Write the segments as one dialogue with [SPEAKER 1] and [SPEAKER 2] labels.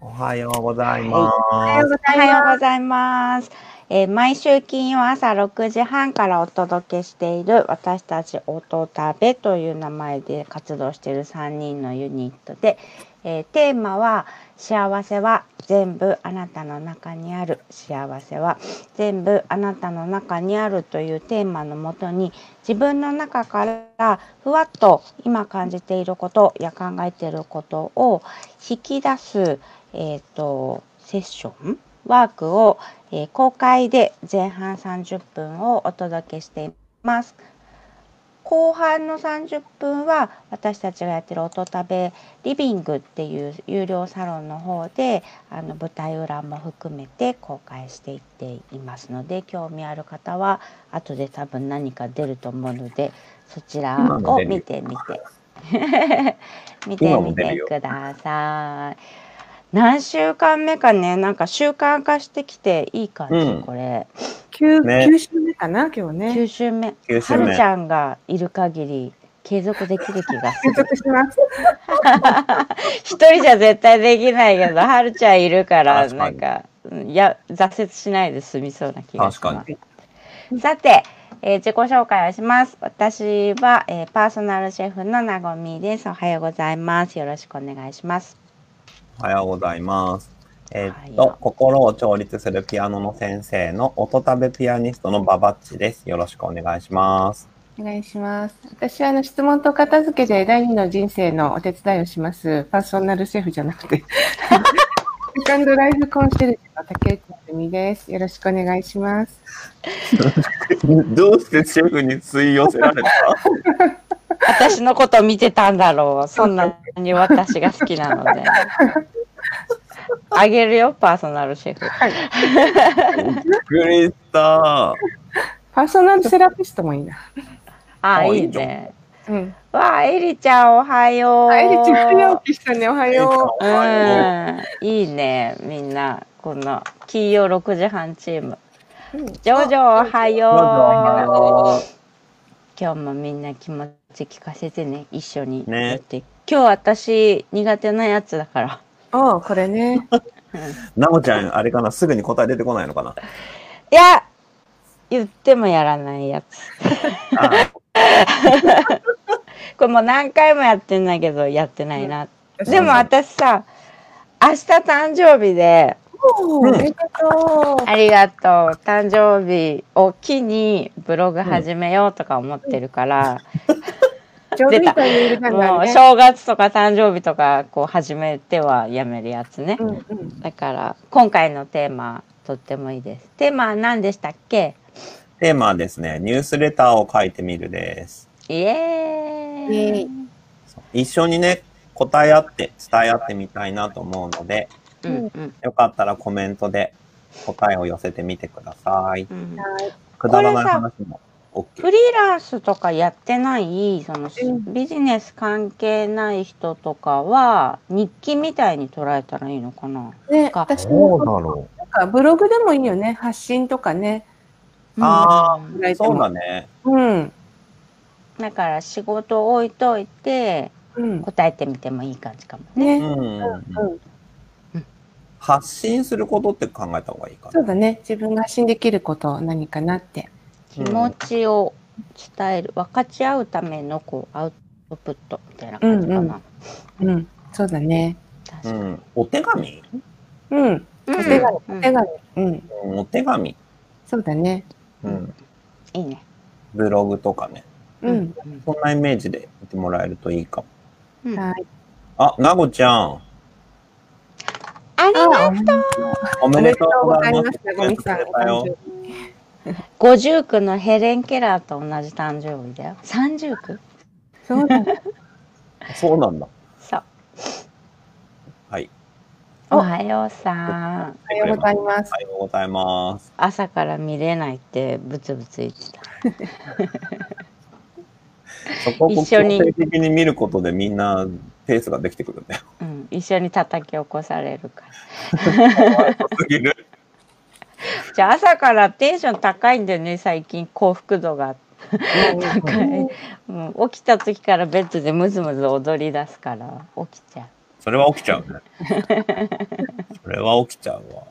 [SPEAKER 1] おはようございま
[SPEAKER 2] はいおはよう
[SPEAKER 1] す。
[SPEAKER 2] ございます。えー毎週金曜朝6時半からお届けしている私たち音食べという名前で活動している3人のユニットで、えーテーマは幸せは全部あなたの中にある幸せは全部あなたの中にあるというテーマのもとに自分の中からふわっと今感じていることや考えていることを引き出すえー、とセッションワークを、えー公開で前半30分をお届けしています。後半の30分は私たちがやってる音食べリビングっていう有料サロンの方であの舞台裏も含めて公開していっていますので興味ある方は後で多分何か出ると思うのでそちらを見てみて 見て
[SPEAKER 1] 今も
[SPEAKER 2] み
[SPEAKER 1] 出る
[SPEAKER 2] て
[SPEAKER 1] よ
[SPEAKER 2] ください。何週間目かねなんか習慣化してきていい感じ、
[SPEAKER 1] うん
[SPEAKER 2] これ
[SPEAKER 3] 九
[SPEAKER 1] ね
[SPEAKER 3] 九週目かな今日ね。
[SPEAKER 2] 9週目
[SPEAKER 1] 九
[SPEAKER 2] は
[SPEAKER 1] 週
[SPEAKER 2] る
[SPEAKER 1] 目
[SPEAKER 2] ち。ゃんがいる限り継続できる気がす
[SPEAKER 3] 継
[SPEAKER 2] る
[SPEAKER 3] 続します。
[SPEAKER 2] 一人じゃ絶対できないけどはるちゃんいるから
[SPEAKER 1] 確
[SPEAKER 2] な
[SPEAKER 1] か
[SPEAKER 2] ん
[SPEAKER 1] に
[SPEAKER 2] かうんいや挫折しないで済みそうな気がします
[SPEAKER 1] 確か
[SPEAKER 2] さて、えー自己紹介をします私は、えーパーソナルシェフのなごみですおはようございますよろしくお願いします
[SPEAKER 1] おはようございます。えーっ
[SPEAKER 2] おはよ
[SPEAKER 1] と
[SPEAKER 2] う、
[SPEAKER 1] 心を調律するピアノの先生の音食べピアニストのババッチです。よろしくお願いします。
[SPEAKER 3] お願いします。私はあの質問と片付けで第二の人生のお手伝いをします。パーソナルシェフじゃなくて。セカンドライフコンシェルジュの竹内あ美です。よろしくお願いします。
[SPEAKER 1] どうしてシェフに吸い寄せられた
[SPEAKER 2] 私のこと見てたんだろう。そんなに私が好きなので。あげるよ、パーソナルシェフ。
[SPEAKER 1] びっくりした。
[SPEAKER 3] パーソナルセラピストもいいな。
[SPEAKER 2] あ
[SPEAKER 1] あ
[SPEAKER 2] あ、い
[SPEAKER 1] い
[SPEAKER 2] い
[SPEAKER 1] いじゃん
[SPEAKER 2] ね。
[SPEAKER 3] うん。
[SPEAKER 2] わあ、エリちゃん、おはよう。
[SPEAKER 3] あえりちゃん早起きしたね。おはよ
[SPEAKER 1] おはよ
[SPEAKER 2] うん、いいね、みんな。この金曜6時半チーム。
[SPEAKER 3] う。うん
[SPEAKER 2] ジョジョ、おは
[SPEAKER 1] う。どうぞお
[SPEAKER 2] よう。
[SPEAKER 1] はよ
[SPEAKER 2] 今日もみんな気持ち聞かせてね、一緒に。
[SPEAKER 1] ね
[SPEAKER 2] って。今日私、苦手なやつだから。
[SPEAKER 3] おうこれね。
[SPEAKER 2] うん
[SPEAKER 1] う。なおちゃん、あれかなすぐに答え出てこないのか ない
[SPEAKER 2] や、言ってもやらないやつ。
[SPEAKER 1] あ
[SPEAKER 2] これもう何回もやってんだけどやってないな、
[SPEAKER 3] うん
[SPEAKER 2] でも私さ明日誕生日で
[SPEAKER 3] おうおめでとう。
[SPEAKER 2] ありがとう誕生日を機にブログ始めようとか思ってるから、
[SPEAKER 3] ちょうどいいタイミングなん
[SPEAKER 2] も
[SPEAKER 3] だ
[SPEAKER 2] う
[SPEAKER 3] ね。
[SPEAKER 2] 正月とか誕生日とかこう始めてはやめるやつね、
[SPEAKER 3] うんうん。
[SPEAKER 2] だから今回のテーマとってもいいですテーマは何でしたっけ
[SPEAKER 1] テーマはですね、ニュースレターを書いてみるです。
[SPEAKER 2] イエーイ
[SPEAKER 3] イエーイ
[SPEAKER 1] そう一緒にね、答え合って伝え合ってみたいなと思うので、
[SPEAKER 2] うんうん
[SPEAKER 1] よかったらコメントで答えを寄せてみてください。
[SPEAKER 2] うん
[SPEAKER 3] はい
[SPEAKER 1] くだらない話も OK。
[SPEAKER 2] フリーランスとかやってないその
[SPEAKER 3] うん
[SPEAKER 2] ビジネス関係ない人とかは日記みたいに捉えたらいいのかな、
[SPEAKER 3] ね、
[SPEAKER 2] か
[SPEAKER 3] 私も
[SPEAKER 1] ろ
[SPEAKER 3] なんかブログでもいいよね。発信とかね。
[SPEAKER 1] あ
[SPEAKER 2] う
[SPEAKER 3] 開いて
[SPEAKER 1] そう
[SPEAKER 3] も
[SPEAKER 1] だね。
[SPEAKER 3] うん。
[SPEAKER 2] んだから仕事を置いといて
[SPEAKER 3] うん。
[SPEAKER 2] 答えてみてもいい感じかもね。
[SPEAKER 1] う
[SPEAKER 3] ね。
[SPEAKER 1] ん。
[SPEAKER 3] うん。
[SPEAKER 1] 発信することって考えた方がいいか
[SPEAKER 3] そ
[SPEAKER 1] な。
[SPEAKER 3] うだね。自分が発信できること何かなって。
[SPEAKER 2] 気持ちを伝える分かち合うためのこうアウトプットみたいな感じかな。
[SPEAKER 3] うんうんうん。そうだね。
[SPEAKER 2] 確
[SPEAKER 1] う
[SPEAKER 2] かに
[SPEAKER 1] ん。お手紙、
[SPEAKER 3] うん。
[SPEAKER 2] うん
[SPEAKER 3] お手紙、
[SPEAKER 2] うん
[SPEAKER 3] お手紙。うん。
[SPEAKER 1] うん、お手紙、
[SPEAKER 3] そうだね。
[SPEAKER 1] うん。
[SPEAKER 2] いいね。
[SPEAKER 1] ブログとかね。
[SPEAKER 3] うん。
[SPEAKER 2] うん
[SPEAKER 1] そんなイメージで見てもらえるといいかも。
[SPEAKER 2] うん
[SPEAKER 3] はい。
[SPEAKER 1] あ、なごちゃん。
[SPEAKER 2] ありが
[SPEAKER 3] あ
[SPEAKER 1] お
[SPEAKER 3] お
[SPEAKER 1] め
[SPEAKER 3] めで
[SPEAKER 1] で
[SPEAKER 3] と
[SPEAKER 1] と
[SPEAKER 3] う
[SPEAKER 1] う
[SPEAKER 3] ご
[SPEAKER 1] ご
[SPEAKER 3] ざ
[SPEAKER 1] ざ
[SPEAKER 3] い
[SPEAKER 1] い
[SPEAKER 3] ま
[SPEAKER 1] ます
[SPEAKER 3] す。。ごみさん。お誕生日
[SPEAKER 2] 59区のヘレン・ケラーと同じ誕生日だよ。30区
[SPEAKER 3] そうだね。
[SPEAKER 1] そうなんだ。
[SPEAKER 2] そう。
[SPEAKER 1] はい。
[SPEAKER 2] おはようさん。
[SPEAKER 3] おはようございます
[SPEAKER 1] お。はようございます。
[SPEAKER 2] 朝から見れないってブツブツ言ってた。
[SPEAKER 1] そこを
[SPEAKER 2] 一
[SPEAKER 1] 強
[SPEAKER 2] 緒に
[SPEAKER 1] 制的に見ることでみんなペースができてくるんだよ。
[SPEAKER 2] うん、一緒に叩き起こされるから。
[SPEAKER 1] すぎる。
[SPEAKER 2] じゃあ朝からテンション高いんだよね、最近幸福度が。高い。うん、起きた時からベッドでムズムズ踊り出すから起きちゃ
[SPEAKER 1] それは起きちゃうね。それは起きちゃうわ。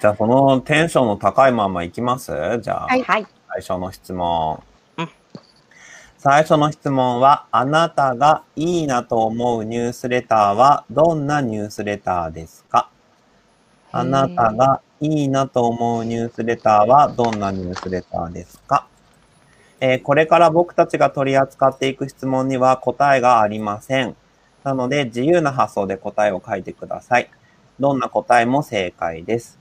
[SPEAKER 1] じゃあ、そのテンションの高いままいきますじゃあ、
[SPEAKER 3] はい
[SPEAKER 2] はい。
[SPEAKER 1] 最初の質問
[SPEAKER 2] うん。
[SPEAKER 1] 最初の質問は、あなたがいいなと思うニュースレターはどんなニュースレターですかあなたがいいなと思うニュースレターはどんなニュースレターですか、えーこれから僕たちが取り扱っていく質問には答えがありません。なので自由な発想で答えを書いてください。どんな答えも正解です。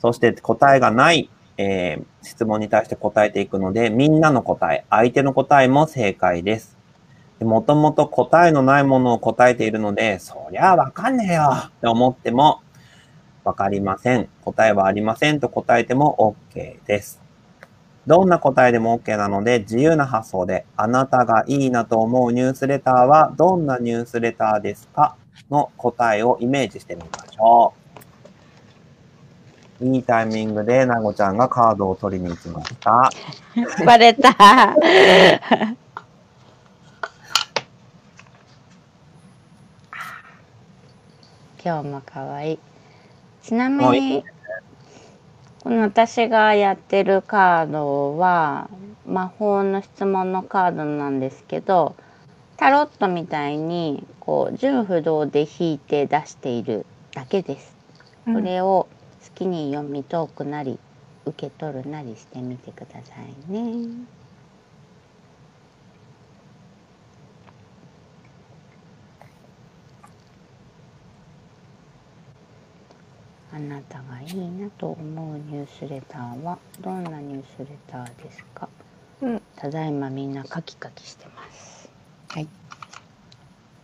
[SPEAKER 1] そして答えがない、えー質問に対して答えていくので、みんなの答え、相手の答えも正解です。もともと答えのないものを答えているので、そりゃわかんねえよって思っても、わかりません。答えはありませんと答えても OK です。どんな答えでも OK なので、自由な発想で、あなたがいいなと思うニュースレターはどんなニュースレターですかの答えをイメージしてみましょう。いいタイミングで、なごちゃんがカードを取りに行きました。
[SPEAKER 2] バレた。今日も可愛い。ちなみ
[SPEAKER 1] もうい
[SPEAKER 2] に。この私がやってるカードは魔法の質問のカードなんですけどタロットみたいにこう純不動で引いて出しているだけです。これを好きに読み解くなり受け取るなりしてみてくださいね。あなたがいいなと思うニュースレターはどんなニュースレターですか、
[SPEAKER 3] うん
[SPEAKER 2] ただいまみんなカキカキしてます。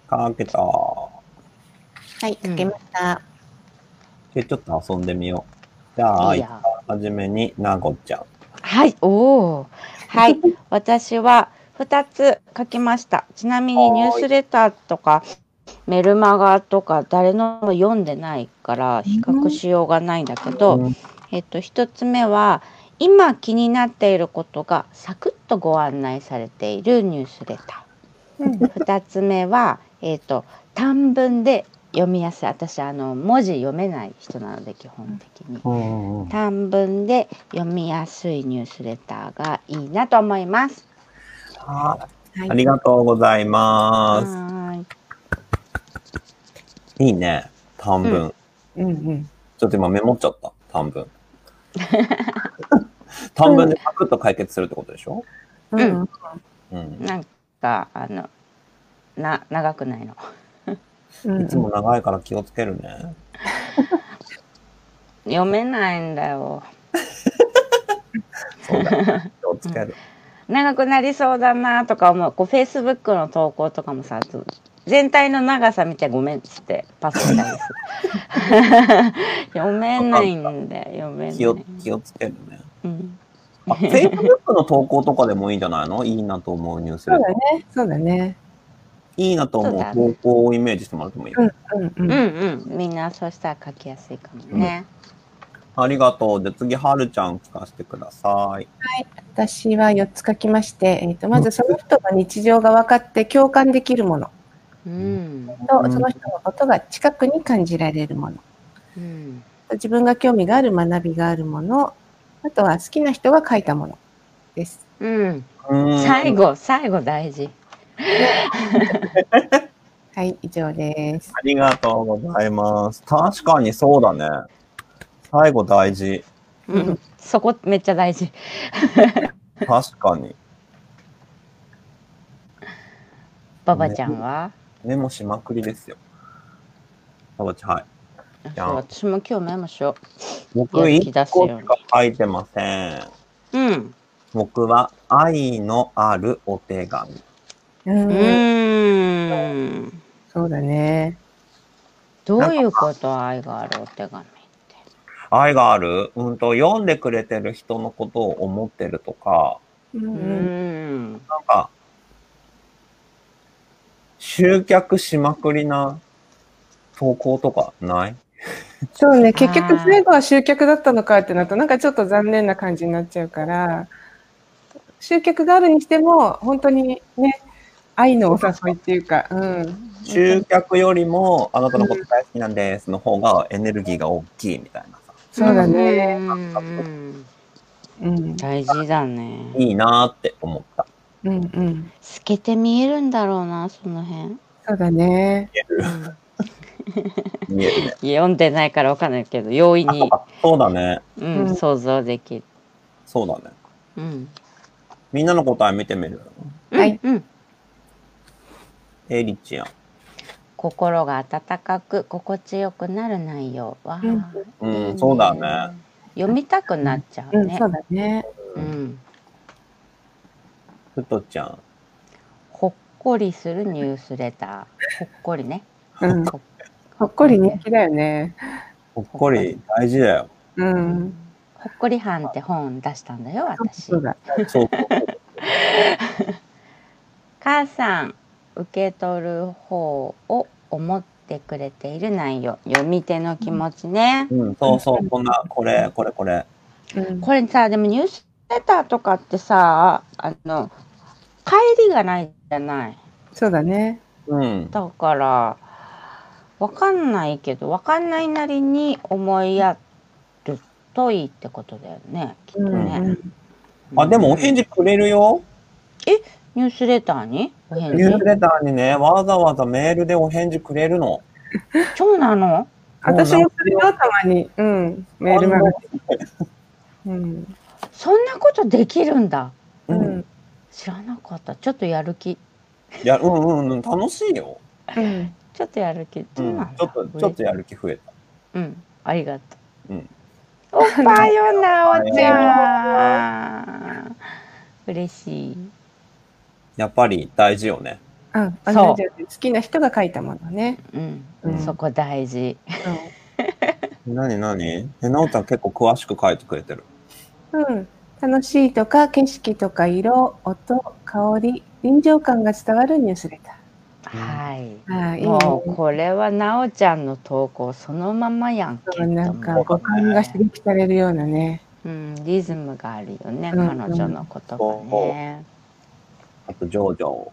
[SPEAKER 1] かけた。
[SPEAKER 4] はい、かけました。
[SPEAKER 1] でちょっと遊んでみよう。じゃあ、
[SPEAKER 2] いい
[SPEAKER 1] 一
[SPEAKER 2] や
[SPEAKER 1] 番はじめに、なごちゃん。
[SPEAKER 2] はい、おお。 はい、私は二つ書きました。ちなみにニュースレターとかメルマガとか誰のも読んでないから比較しようがないんだけど、
[SPEAKER 1] うん
[SPEAKER 2] えっと一つ目は今気になっていることがサクッとご案内されているニュースレター。二つ目はえっと短文で読みやすい。私あの文字読めない人なので基本的に。
[SPEAKER 1] うんうんうん
[SPEAKER 2] 短文で読みやすいニュースレターがいいなと思います。
[SPEAKER 1] あ
[SPEAKER 4] はい
[SPEAKER 1] ありがとうございます。
[SPEAKER 2] はーい
[SPEAKER 1] いいね。短文。
[SPEAKER 3] うんうん。
[SPEAKER 1] ちょっと今メモっちゃった。短文。 短文でサクッと解決するってことでしょ
[SPEAKER 3] うん。
[SPEAKER 1] うん。
[SPEAKER 2] なんかあのな長くないの。
[SPEAKER 3] うん
[SPEAKER 1] いつも長いから気をつけるね。
[SPEAKER 2] 読めないんだよ。
[SPEAKER 1] そうだね。気をつける。
[SPEAKER 2] 長くなりそうだなとか思う。こうフェイスブックの投稿とかもさ、ず全体の長さ見てごめんっつってパスしたり する。読めないんだよ。読めない。
[SPEAKER 1] 気を、気をつけるね。
[SPEAKER 2] うん
[SPEAKER 1] あ、Facebook の投稿とかでもいいんじゃない のいいなと思うニュース
[SPEAKER 3] そ
[SPEAKER 1] レ
[SPEAKER 3] う
[SPEAKER 1] ター
[SPEAKER 3] だね。そうだね。
[SPEAKER 1] いいなと
[SPEAKER 2] そうだ
[SPEAKER 1] 思う
[SPEAKER 2] ね
[SPEAKER 1] 投稿をイメージしてもらってもいいよ
[SPEAKER 3] うんうんう。
[SPEAKER 2] うんんうん。みんなそうしたら書きやすいかもね。
[SPEAKER 1] ありがとう。じゃあ次、はるちゃん聞かせてください。
[SPEAKER 3] 私は4つ書きまして、えー、とまずその人の日常が分かって共感できるもの
[SPEAKER 2] うん。
[SPEAKER 3] と、
[SPEAKER 1] うん
[SPEAKER 3] その人のことが近くに感じられるもの
[SPEAKER 2] うん。
[SPEAKER 3] 自分が興味がある学びがあるものあとは好きな人が書いたものです。
[SPEAKER 2] うん。
[SPEAKER 1] うん
[SPEAKER 2] 最。後最後大事
[SPEAKER 3] はい、以上です。
[SPEAKER 1] ありがとうございます。確かにそうだね。最後大事。
[SPEAKER 3] うん
[SPEAKER 2] そこめっちゃ 大事
[SPEAKER 1] 確かに。
[SPEAKER 2] ババちゃんは、
[SPEAKER 1] メモしまくりですよ。たぶち、はい。
[SPEAKER 2] そう私も今日メモしよ
[SPEAKER 1] 僕、
[SPEAKER 2] 勇気
[SPEAKER 1] 一
[SPEAKER 2] 出す
[SPEAKER 1] 個
[SPEAKER 2] よ
[SPEAKER 1] しか書いてません。
[SPEAKER 2] ううん
[SPEAKER 1] 僕は、愛のあるお手紙。
[SPEAKER 3] うん
[SPEAKER 2] うーん
[SPEAKER 3] そうだね。
[SPEAKER 2] どういうこと愛があるお手紙って
[SPEAKER 1] 愛があるうんと、読んでくれてる人のことを思ってるとか、
[SPEAKER 3] う
[SPEAKER 2] うんん
[SPEAKER 1] なんか、集客しまくりな投稿とかない
[SPEAKER 3] そうね、結局最後は集客だったのかってなると、なんかちょっと残念な感じになっちゃうから、集客があるにしても、本当にね、愛のお誘いっていうか、うん。
[SPEAKER 1] 集客よりも、あなたのこと大好きなんですの方がエネルギーが大きいみたいなさ。
[SPEAKER 3] そうだ
[SPEAKER 2] う
[SPEAKER 3] ね。
[SPEAKER 2] んうん
[SPEAKER 3] うん。
[SPEAKER 2] 大事だね。
[SPEAKER 1] いいなーって思った。
[SPEAKER 3] うんうん。
[SPEAKER 2] 透けて見えるんだろうな、その辺。
[SPEAKER 3] そうだね。
[SPEAKER 1] 見えるね。
[SPEAKER 2] 読んでないからわかんないけど、容易
[SPEAKER 1] あ、そう
[SPEAKER 2] に、
[SPEAKER 1] かそうだね。
[SPEAKER 2] うん
[SPEAKER 3] うん
[SPEAKER 2] 想像できる。
[SPEAKER 1] そうだね。
[SPEAKER 2] うん。
[SPEAKER 1] みんなの答え見てみる。
[SPEAKER 3] はい。
[SPEAKER 2] うん。
[SPEAKER 1] エリちゃん。
[SPEAKER 2] 心が温かく心地よくなる内容は、
[SPEAKER 3] うん
[SPEAKER 1] うん、そうだね。
[SPEAKER 2] 読みたくなっちゃ
[SPEAKER 3] う、
[SPEAKER 2] うんね
[SPEAKER 3] そ。うだね。
[SPEAKER 2] うん。
[SPEAKER 1] ふとちゃん。
[SPEAKER 2] ほっこりするニュースレター。ほっこりね。
[SPEAKER 3] うん。
[SPEAKER 2] ほっ
[SPEAKER 3] ほっこり人気だよね。
[SPEAKER 1] ほっこり大事だよ。
[SPEAKER 3] うん。
[SPEAKER 2] ほっこり班って本出したんだよ、私。
[SPEAKER 3] そうだ。
[SPEAKER 1] そう。
[SPEAKER 2] 母さん受け取る方を思ってくれている内容読み手の気持ちね、
[SPEAKER 1] うん、そうそう。こんな、これ、これ、これ。
[SPEAKER 3] うん。
[SPEAKER 2] これさでもニュースレターとかってさあの帰りがないじゃない
[SPEAKER 3] そうだね。
[SPEAKER 1] うん。
[SPEAKER 2] だからわかんないけどわかんないなりに思いやるといいってことだよねきっと
[SPEAKER 3] うん
[SPEAKER 2] ね、
[SPEAKER 3] うん。
[SPEAKER 1] あ、でもお返事くれるよ。
[SPEAKER 2] ニュースレターにお返
[SPEAKER 1] ニュース
[SPEAKER 2] 事
[SPEAKER 1] レターにね、わざわざメールでお返事くれるの。
[SPEAKER 2] そうなの
[SPEAKER 3] 私もそれをたまに、うん。メールマガジン。うん。
[SPEAKER 2] そんなことできるんだ
[SPEAKER 1] う。
[SPEAKER 3] うんん。
[SPEAKER 2] 知らなかったちょっとやる気
[SPEAKER 1] いや、うんうんうん、楽しいよ。
[SPEAKER 3] うん。
[SPEAKER 2] ちょっとやる気。
[SPEAKER 1] う
[SPEAKER 2] どうなんん、
[SPEAKER 1] ちょっと、ちょっとやる気増えた。
[SPEAKER 2] うん、ありがとう。
[SPEAKER 1] うん。
[SPEAKER 2] おはようなおちゃん。嬉しい。
[SPEAKER 1] やっぱり大事よね。
[SPEAKER 3] あ、あ
[SPEAKER 2] そう
[SPEAKER 3] のじゃあ好きな人が書いたものね。
[SPEAKER 2] うん、
[SPEAKER 3] うん
[SPEAKER 2] そこ大事。
[SPEAKER 1] なになにえ、なおちゃん結構詳しく書いてくれてる。
[SPEAKER 3] うん。楽しいとか景色とか色、音、香り、臨場感が伝わるニュースレタ
[SPEAKER 1] うん
[SPEAKER 2] はい。
[SPEAKER 3] ー。はい、いいね。
[SPEAKER 2] もうこれはなおちゃんの投稿そのままやんけ
[SPEAKER 3] そうなんか
[SPEAKER 2] と思う
[SPEAKER 3] 五感が刺激されるようなね。
[SPEAKER 2] うん、リズムがあるよね、
[SPEAKER 3] うん
[SPEAKER 2] 彼女の言葉ね。
[SPEAKER 1] あと、ジョージョ。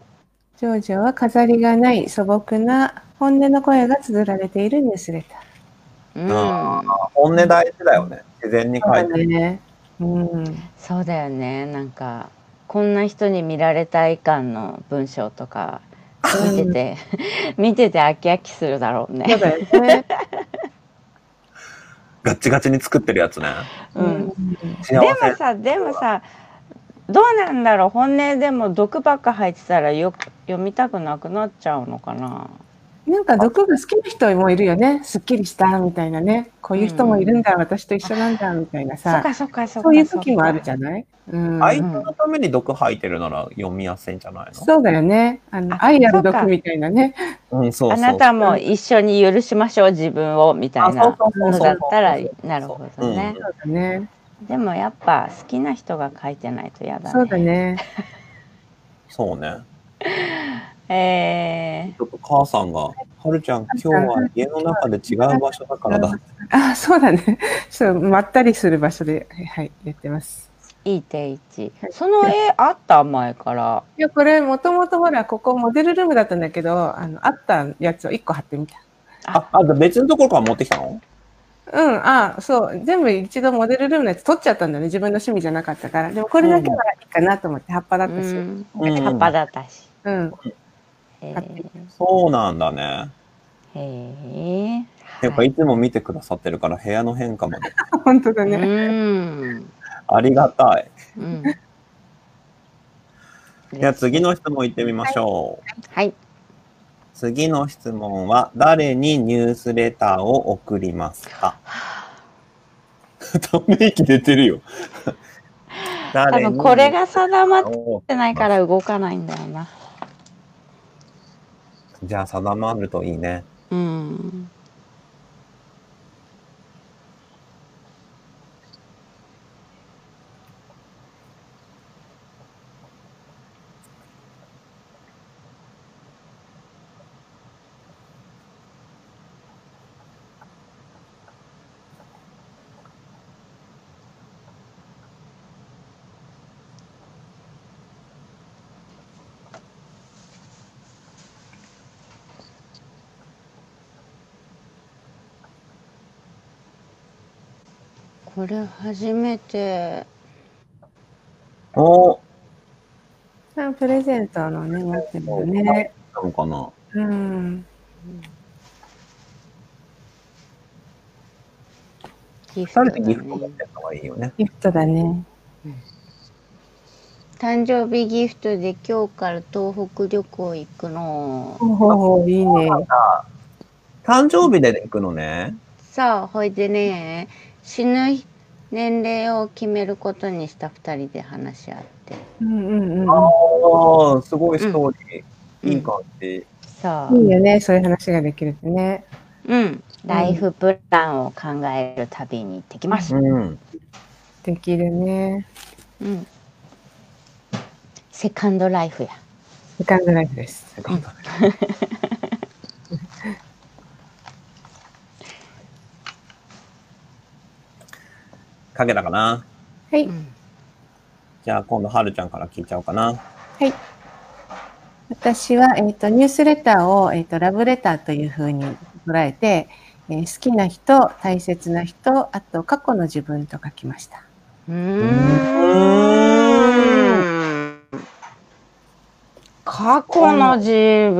[SPEAKER 3] ジョージョは飾りがない素朴な本音の声が綴られているニュースレター。
[SPEAKER 1] うん
[SPEAKER 2] う、
[SPEAKER 1] 本音大事だよね。自然に書いてる。
[SPEAKER 3] ね。うん。
[SPEAKER 2] そうだよね。なんかこんな人に見られたい感の文章とか見てて 見てて飽き飽きするだろうね。
[SPEAKER 3] そうだよね。
[SPEAKER 1] ガッチガチに作ってるやつね。
[SPEAKER 2] うん、で
[SPEAKER 1] 幸
[SPEAKER 2] も
[SPEAKER 1] せ。
[SPEAKER 2] さでもさどうなんだろう本音でも毒ばっか入ってたらよ読みたくなくなっちゃうのかな。
[SPEAKER 3] なんか毒が好きな人もいるよね。すっきりしたみたいなね。こういう人もいるんだ、私と一緒なんだみたいな
[SPEAKER 2] そっ
[SPEAKER 3] さ。
[SPEAKER 2] かそっかそっか。
[SPEAKER 3] そういう時もあるじ
[SPEAKER 2] ゃん。
[SPEAKER 3] ゃない。うん。
[SPEAKER 1] 相手のために毒吐いてるなら読みやすいんじゃないの
[SPEAKER 3] そうだよね。あの
[SPEAKER 2] あ
[SPEAKER 3] 愛あ
[SPEAKER 2] そ
[SPEAKER 3] る
[SPEAKER 2] うか
[SPEAKER 3] 毒みたいなね。
[SPEAKER 1] うん、そうそう。
[SPEAKER 2] あなたも一緒に許しましょう自分をみたいな
[SPEAKER 1] あそうそうそう
[SPEAKER 2] の
[SPEAKER 1] そう
[SPEAKER 2] だったらなるほどね。
[SPEAKER 3] そうだね。
[SPEAKER 2] でもやっぱ好きな人が書いてないと嫌だ
[SPEAKER 3] そうだ
[SPEAKER 2] ね。
[SPEAKER 3] ね。
[SPEAKER 1] そうね。
[SPEAKER 2] え
[SPEAKER 1] ちょっと母さんが、はるちゃん、今日は家の中で違う場所だからだ。
[SPEAKER 3] あ、そうだね。 ちょっとまったりする場所で、はいはい、やってます。
[SPEAKER 2] ー、いい定位置。その絵あった前から。
[SPEAKER 3] いや、これ、もともとほら、ここモデルルームだったんだけど、あの、あったやつを一個貼ってみた。
[SPEAKER 1] あ、あ、別のところから持ってきたの
[SPEAKER 3] うん、あそう。全部一度モデルルームのやつ取っちゃったんだね。自分の趣味じゃなかったから。でもこれだけはいいかなと思って、葉っぱだ
[SPEAKER 2] う
[SPEAKER 3] ったし。うん。
[SPEAKER 2] ん。
[SPEAKER 1] うん
[SPEAKER 2] 葉っぱだったし。え
[SPEAKER 3] 買ってき
[SPEAKER 2] ー
[SPEAKER 3] ま
[SPEAKER 1] そうなんだね。
[SPEAKER 2] へえ。
[SPEAKER 1] やっぱいつも見てくださってるから部屋の変化まで。
[SPEAKER 3] 本当だ
[SPEAKER 2] う
[SPEAKER 3] ね。
[SPEAKER 2] ん。
[SPEAKER 1] ありがたい。
[SPEAKER 2] うん。
[SPEAKER 1] じゃあ次の質問行ってみましょう。
[SPEAKER 2] はい。
[SPEAKER 1] 次の質問は、誰にニュースレターを送りますかため息出てるよ。
[SPEAKER 2] 多
[SPEAKER 1] 誰
[SPEAKER 2] 分これが定まっ
[SPEAKER 1] お
[SPEAKER 2] てないから動かないんだよな。
[SPEAKER 1] じゃあ定まるといいね。
[SPEAKER 2] うん。これ初めて。
[SPEAKER 1] おー、
[SPEAKER 3] あプレゼントのね、持ってるよね。
[SPEAKER 1] なのかな
[SPEAKER 3] うん。
[SPEAKER 2] ギフト
[SPEAKER 1] 二
[SPEAKER 2] だ
[SPEAKER 1] 人でギフト持っ
[SPEAKER 2] ね
[SPEAKER 1] てた方がいいよね。
[SPEAKER 3] ギフトだね。
[SPEAKER 2] 誕生日ギフトで今日から東北旅行行くの。
[SPEAKER 3] ほうほうほう、いいね。
[SPEAKER 1] 誕生日で行くのね。
[SPEAKER 2] さあ、ほいでね、死ぬ年齢を決めることにした二人で話し合って。
[SPEAKER 3] うんうん
[SPEAKER 1] あ
[SPEAKER 3] う
[SPEAKER 1] あ、すごいストーリー。
[SPEAKER 2] うん
[SPEAKER 1] いい感じ。
[SPEAKER 2] さあ、
[SPEAKER 3] ん。いいよね、そういう話ができるとね。
[SPEAKER 2] うん。ライフプランを考える旅に行ってきました。
[SPEAKER 1] うん。
[SPEAKER 3] 素敵でね。
[SPEAKER 2] うん。セカンドライフや。
[SPEAKER 3] 時間ぐらいです。
[SPEAKER 1] かけたかな
[SPEAKER 3] はい。
[SPEAKER 1] じゃあ今度はるちゃんから聞いちゃおうかな。
[SPEAKER 3] 私は、えっとニュースレターを、えっとラブレターというふうに捉えて、えー好きな人大切な人あと過去の自分と書きました。
[SPEAKER 2] うーん。過去の自分。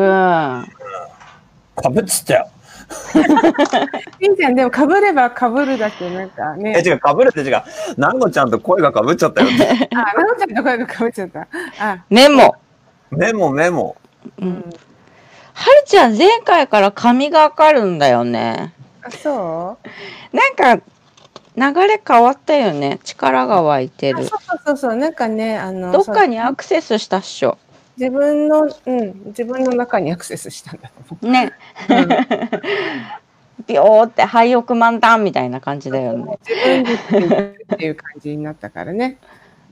[SPEAKER 1] かぶっつったよ。
[SPEAKER 3] いいじゃんでも被れば被るだけなんかね
[SPEAKER 1] え、違う、かぶるって違う。南ゴちゃんと声がかぶっちゃったよ。
[SPEAKER 3] あなおちゃんの声が被っちゃった。あ、
[SPEAKER 2] メモ。
[SPEAKER 1] メモメモ。
[SPEAKER 2] うんはるちゃん前回から髪がかるんだよね。
[SPEAKER 3] あそう
[SPEAKER 2] なんか流れ変わったよね。力が湧いて
[SPEAKER 3] あそう
[SPEAKER 2] る。
[SPEAKER 3] そうそうそうなんかねあの
[SPEAKER 2] どっか
[SPEAKER 3] そう
[SPEAKER 2] にアクセスしたっしょ。
[SPEAKER 3] 自分のうん自分の中にアクセスしたんだと 思
[SPEAKER 2] ね。
[SPEAKER 3] う。うん
[SPEAKER 2] ビョーって廃屋満タンみたいな感じだよね。
[SPEAKER 3] 自分でっていうっていう感じになったからね。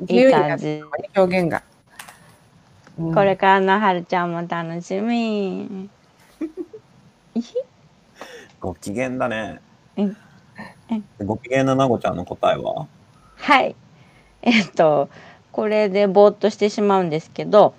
[SPEAKER 3] 自
[SPEAKER 2] い
[SPEAKER 3] 由
[SPEAKER 2] い
[SPEAKER 3] にな
[SPEAKER 2] 感
[SPEAKER 3] った
[SPEAKER 2] じ。
[SPEAKER 3] 表現が。うん
[SPEAKER 2] これからのはるちゃんも楽しみ。
[SPEAKER 1] ご機嫌だね
[SPEAKER 2] うん。
[SPEAKER 1] ご機嫌な南ゴちゃんの答えは
[SPEAKER 2] はい。えっと、これでぼーっとしてしまうんですけど、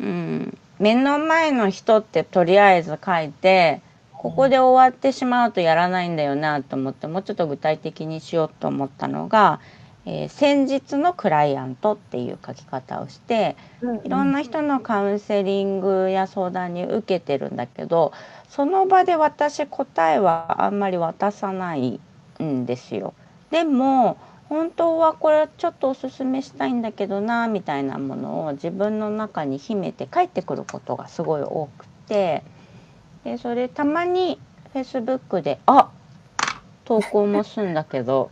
[SPEAKER 2] うん、目の前の人ってとりあえず書いて、ここで終わってしまうとやらないんだよなと思って、もうちょっと具体的にしようと思ったのが、えー先日のクライアントっていう書き方をして、いろんな人のカウンセリングや相談に受けてるんだけど、その場で私答えはあんまり渡さないんですよ。でも本当はこれちょっとおすすめしたいんだけどなみたいなものを自分の中に秘めて帰ってくることがすごい多くてでそれたまに Facebook で「あ投稿も済んだけど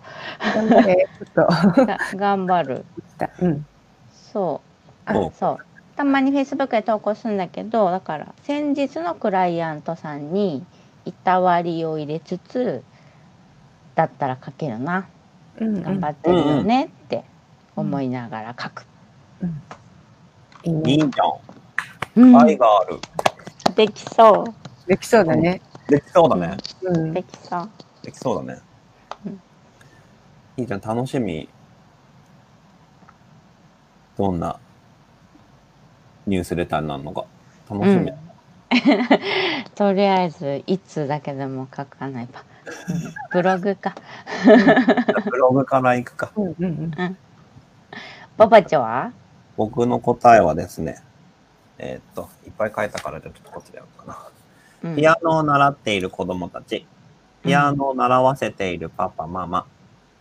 [SPEAKER 3] 頑張れちょっ
[SPEAKER 2] が頑張る
[SPEAKER 3] と。うん。」
[SPEAKER 2] そう
[SPEAKER 3] あ
[SPEAKER 1] お
[SPEAKER 2] そうたまに Facebook で投稿するんだけどだから先日のクライアントさんにいたわりを入れつつだったら書けるな
[SPEAKER 3] うん
[SPEAKER 2] 頑張ってるよねって思いながら書く。
[SPEAKER 3] いい
[SPEAKER 1] いい
[SPEAKER 3] ね
[SPEAKER 1] じゃん。
[SPEAKER 2] うん
[SPEAKER 1] 愛がある。
[SPEAKER 2] できそ
[SPEAKER 3] できそうだね。
[SPEAKER 1] できそうだね。
[SPEAKER 3] う
[SPEAKER 2] う。
[SPEAKER 3] ん
[SPEAKER 2] で。きそう。
[SPEAKER 1] できそうだね
[SPEAKER 2] うん。
[SPEAKER 1] いいじゃん、楽しみ。どんなニュースレターになるのか。楽しみ。
[SPEAKER 2] うんとりあえずいつだけでも書かないば。うんブログか。
[SPEAKER 1] ブログから行くか。
[SPEAKER 3] うんうんうん。
[SPEAKER 2] ババちゃんは
[SPEAKER 1] 僕の答えはですね、えーっと、いっぱい書いたからじゃあちょっとこっちでやろうかな。
[SPEAKER 2] うん
[SPEAKER 1] ピアノを習っている子供たち。ピアノを習わせているパパ、ママ。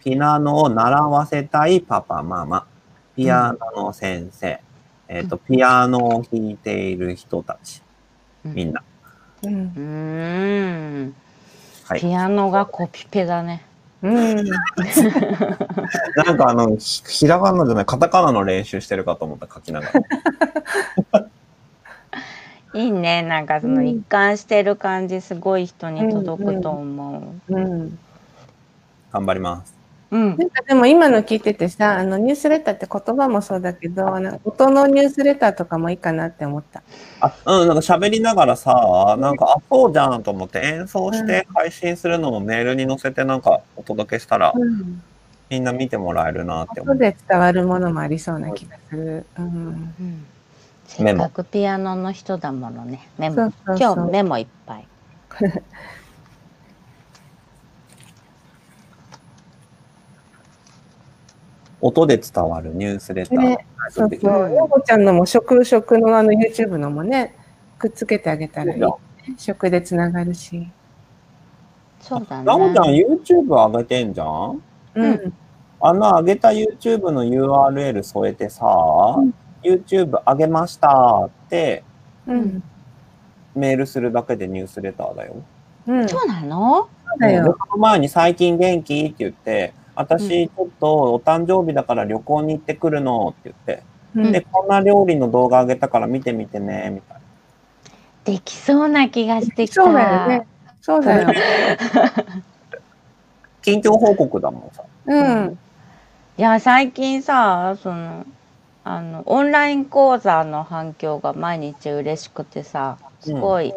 [SPEAKER 1] ピアノを習わせたいパパ、ママ。ピアノの先生。えっ、と、ピアノを弾いている人たち。みんな。
[SPEAKER 3] うん
[SPEAKER 2] うーん。
[SPEAKER 1] はい。
[SPEAKER 2] ピアノがコピペだね。
[SPEAKER 3] うん。
[SPEAKER 1] なんかあの、ひひらがなじゃない、カタカナの練習してるかと思った、書きながら。
[SPEAKER 2] いいね。なんかその一貫してる感じ、すごい人に届くと思
[SPEAKER 3] うん。
[SPEAKER 1] 頑張ります。
[SPEAKER 2] う。うん
[SPEAKER 3] な。んかでも今の聞いててさ、あのニュースレターって言葉もそうだけど、なんか音のニュースレターとかもいいかなって思った。
[SPEAKER 1] あ、うん、なんか喋りながらさ、なんか、あ、そうじゃんと思って演奏して配信するのもメールに載せてなんかお届けしたら、
[SPEAKER 3] うん。
[SPEAKER 1] みんな見てもらえるなって思
[SPEAKER 3] 音
[SPEAKER 1] う。
[SPEAKER 3] で伝わるものもありそうな気がする。うん。
[SPEAKER 2] うんせ
[SPEAKER 1] メ
[SPEAKER 2] っ
[SPEAKER 1] モ
[SPEAKER 2] かくピアノの人だものね。メ
[SPEAKER 3] そ
[SPEAKER 2] モ
[SPEAKER 3] う。そうそう
[SPEAKER 2] 今日メモいっぱい。
[SPEAKER 1] 音で伝わるニュースレター。
[SPEAKER 3] ね
[SPEAKER 1] タ
[SPEAKER 3] そ
[SPEAKER 1] イ
[SPEAKER 3] う
[SPEAKER 1] プ的
[SPEAKER 3] そう。
[SPEAKER 1] に
[SPEAKER 3] ようこちゃんのも食食のあの YouTube のもね、くっつけてあげたらいい、ね。食でつながるし。
[SPEAKER 2] そうだね。
[SPEAKER 1] なおちゃん YouTube 上げてんじゃん
[SPEAKER 3] うん。
[SPEAKER 1] あの上げた YouTube の URL 添えてさ、YouTube 上げましたって
[SPEAKER 3] うん。
[SPEAKER 1] メールするだけでニュースレターだよ。
[SPEAKER 3] うん。そ
[SPEAKER 2] そうなの
[SPEAKER 3] うだ
[SPEAKER 1] 旅
[SPEAKER 3] よ。
[SPEAKER 1] 行前に最近元気って言って、私ちょっとお誕生日だから旅行に行ってくるのって言って、
[SPEAKER 3] うん
[SPEAKER 1] で、こんな料理の動画上げたから見てみてね、みたいな。
[SPEAKER 2] できそうな気がしてきた。
[SPEAKER 3] そうだよね。そうだよ。
[SPEAKER 1] 近況報告だもんさ。
[SPEAKER 3] うん。
[SPEAKER 2] いや最近さそのあのオンライン講座の反響が毎日嬉しくてさすごい、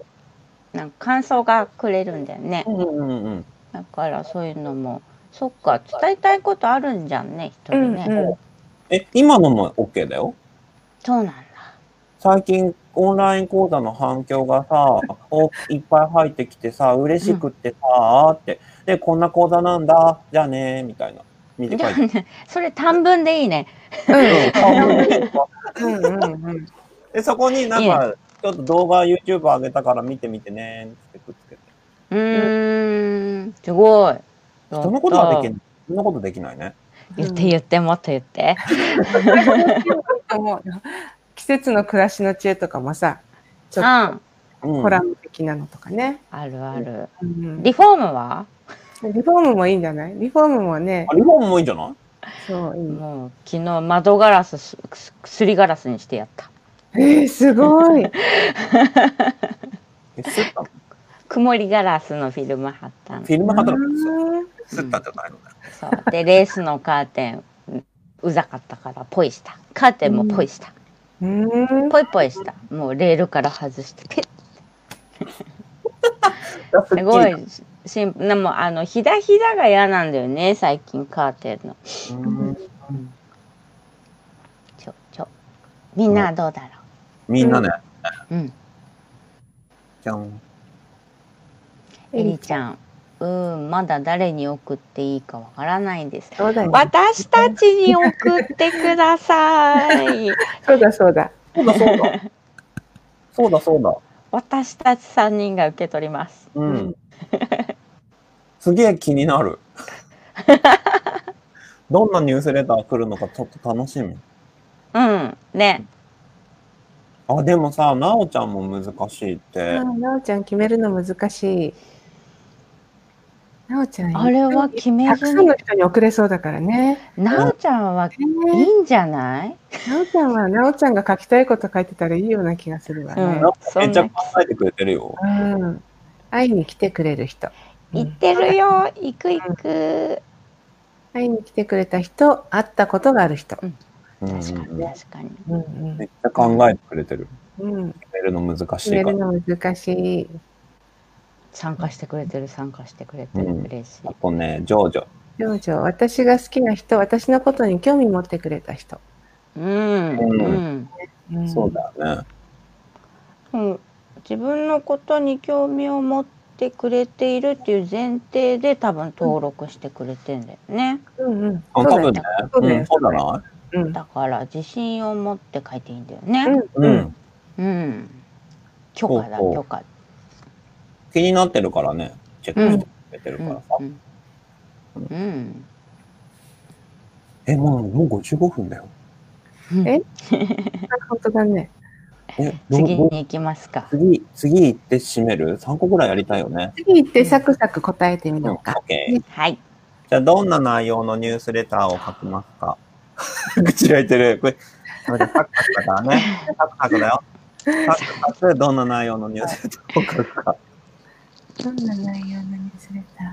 [SPEAKER 2] なんか感想がくれるんだよね
[SPEAKER 1] うんうんうん。
[SPEAKER 2] だからそういうのもそっか伝えたいことあるんじゃんね人にね、
[SPEAKER 3] うんうん
[SPEAKER 1] え、今のも OK だよ。
[SPEAKER 2] そうなんだ
[SPEAKER 1] 最近オンライン講座の反響がさ、おいっぱい入ってきてさ、嬉しくってさ、って。で、こんな講座なんだ、じゃあね、みたいな。短い。
[SPEAKER 2] それ短文でいいね
[SPEAKER 3] うんうんうん。
[SPEAKER 1] で、そこになんか、ちょっと動画 YouTube 上げたから見てみてね、ってくっつけて。
[SPEAKER 2] うーんすごい
[SPEAKER 1] 人のことはでき
[SPEAKER 2] る
[SPEAKER 1] ない。人のことできないね。
[SPEAKER 2] 言って言ってもっと言って
[SPEAKER 3] 思うよ季節の暮らしの知恵とかもさ、ちょ
[SPEAKER 2] うん
[SPEAKER 3] っ
[SPEAKER 2] あ
[SPEAKER 1] う
[SPEAKER 3] と
[SPEAKER 1] ん。
[SPEAKER 3] コラム的なのとかね。
[SPEAKER 2] るある
[SPEAKER 3] うん
[SPEAKER 2] リフォームは
[SPEAKER 3] リフォームもいいんじゃないリフォームもね
[SPEAKER 1] あ、リフォームもいいんじゃない
[SPEAKER 3] そう、いい。
[SPEAKER 2] もう昨日窓ガラスすすすりガラスにしてやった
[SPEAKER 3] えー、すごい。
[SPEAKER 1] え、すったの
[SPEAKER 2] 曇りガラスのフィルム貼ったの
[SPEAKER 1] フィルム貼ったの
[SPEAKER 3] うん
[SPEAKER 1] すったんじゃないのね。
[SPEAKER 2] そうでレースのカーテンううざかったからポイしたカーテンもポイした、
[SPEAKER 3] うん。
[SPEAKER 2] ポイポイしたもうレールから外してピッ
[SPEAKER 1] す
[SPEAKER 2] すごいシンプルでもあのひだひだが嫌なんだよね最近カーテンの
[SPEAKER 1] うん
[SPEAKER 2] ちょちょみんなはどうだろ
[SPEAKER 1] みんなね。
[SPEAKER 2] ううん
[SPEAKER 1] じゃん。
[SPEAKER 2] えりちゃんうーんまだ誰に送っていいかわからないです
[SPEAKER 3] そうだよ。
[SPEAKER 2] 私たちに送ってくださ い
[SPEAKER 3] そうだそうだ。
[SPEAKER 1] そうだそうだ。そうだそうだ。
[SPEAKER 2] 私たち3人が受け取ります。
[SPEAKER 1] うん。 すげえ気になる。どんなニュースレター来るのかちょっと楽しみ。
[SPEAKER 2] うん。ね。
[SPEAKER 1] あ、でもさ、なおちゃんも難しいっ
[SPEAKER 3] あ
[SPEAKER 1] て。
[SPEAKER 3] ーなおちゃん決めるの難しい。なおちゃん、
[SPEAKER 2] あれは決め
[SPEAKER 3] たくさ
[SPEAKER 2] ず
[SPEAKER 3] ん
[SPEAKER 2] に
[SPEAKER 3] の。人に送れそうだからね。
[SPEAKER 2] なおちゃんはいい
[SPEAKER 3] ね
[SPEAKER 2] んじゃない
[SPEAKER 3] なおちゃんは、なおちゃんが書きたいこと書いてたらいいような気がするわ
[SPEAKER 2] うん
[SPEAKER 3] ね。
[SPEAKER 1] なおちゃ
[SPEAKER 2] そ
[SPEAKER 1] ん
[SPEAKER 2] ん
[SPEAKER 1] めっちゃ
[SPEAKER 2] な
[SPEAKER 1] 考。えてくれてるよ。
[SPEAKER 3] うん。会いに来てくれる人。
[SPEAKER 2] 行ってるよ。行く行く。
[SPEAKER 3] 会いに来てくれた人、会ったことがある人。
[SPEAKER 1] うんうん
[SPEAKER 2] 確か
[SPEAKER 1] うん
[SPEAKER 2] に確かに。
[SPEAKER 3] うんうん
[SPEAKER 1] めっちゃ考えてくれてる。
[SPEAKER 3] うん、
[SPEAKER 1] 決めるの難し
[SPEAKER 3] 決
[SPEAKER 1] い
[SPEAKER 3] め
[SPEAKER 1] か
[SPEAKER 3] る
[SPEAKER 1] ら。
[SPEAKER 3] の難しい。
[SPEAKER 2] 参加してくれてる参加してくれてる
[SPEAKER 1] うん
[SPEAKER 2] 嬉しい
[SPEAKER 1] あ。とね、ジョージョ。
[SPEAKER 3] 情緒、私が好きな人、私のことに興味持ってくれた人。
[SPEAKER 2] うん。
[SPEAKER 1] うん
[SPEAKER 2] うん。
[SPEAKER 3] うん
[SPEAKER 1] そうだよね。
[SPEAKER 2] うん自分のことに興味を持ってくれているっていう前提で多分登録してくれてんだよね。
[SPEAKER 3] うんうん。
[SPEAKER 1] あ多分ね。
[SPEAKER 3] そうだ
[SPEAKER 1] う
[SPEAKER 3] よ
[SPEAKER 1] んそうじゃな
[SPEAKER 3] うん。
[SPEAKER 2] だから自信を持って書いていいんだよね。
[SPEAKER 3] うん
[SPEAKER 1] いう
[SPEAKER 3] うん。
[SPEAKER 1] ん。
[SPEAKER 2] うん。許可
[SPEAKER 1] そ
[SPEAKER 2] だ、
[SPEAKER 1] うそう
[SPEAKER 2] 許可。
[SPEAKER 1] 気になってるからね。チェックしてくれてる
[SPEAKER 2] う
[SPEAKER 1] から
[SPEAKER 2] ん
[SPEAKER 1] さ。。
[SPEAKER 2] うん。うん
[SPEAKER 1] え、もう、もう55分だよ。
[SPEAKER 3] え本当だね。
[SPEAKER 1] え、どう
[SPEAKER 2] 次
[SPEAKER 1] どう
[SPEAKER 2] に行きますか。
[SPEAKER 1] 次、次行って締める ?3 個ぐらいやりたいよね。
[SPEAKER 3] 次行ってサクサク答えてみようか。
[SPEAKER 1] OK
[SPEAKER 3] ね
[SPEAKER 2] はい。
[SPEAKER 1] じゃあ、どんな内容のニュースレターを書きますか 口開いてる。これ、これサクサクだから ね。サクサクだよ。サクサク、どんな内容のニュースレターを書くか。
[SPEAKER 3] どんな内容のニュースレタ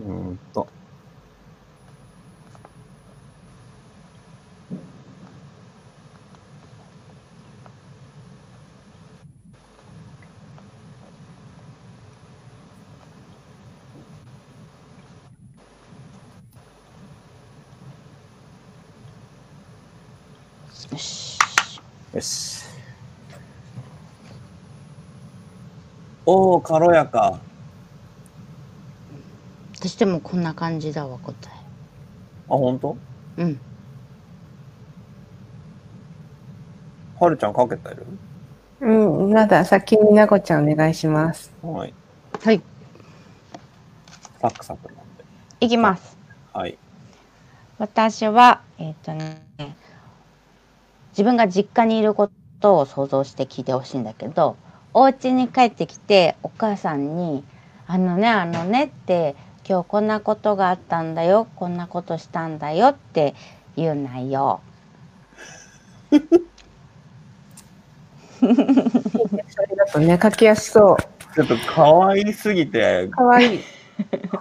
[SPEAKER 1] うーんと。
[SPEAKER 2] よし。
[SPEAKER 1] よし。おお、軽やか。
[SPEAKER 2] 私でもこんな感じだわ、答
[SPEAKER 1] 本当
[SPEAKER 2] え。うん。
[SPEAKER 1] はるちゃんかけてる
[SPEAKER 3] うん、まだ先になごちゃんお願いします。
[SPEAKER 1] はい。
[SPEAKER 2] はい。
[SPEAKER 1] サクサクなんで。
[SPEAKER 2] いきます。
[SPEAKER 1] はい。
[SPEAKER 2] 私は、えっ、とね、自分が実家にいることを想像して聞いてほしいんだけど、お家に帰ってきてお母さんに、あのね、あのねって、今日こんなことがあったんだよ、こんなことしたんだよって言う内容。
[SPEAKER 3] それだとね、書きやすそう。
[SPEAKER 1] ちょっと可愛すぎて、
[SPEAKER 3] かわ いい。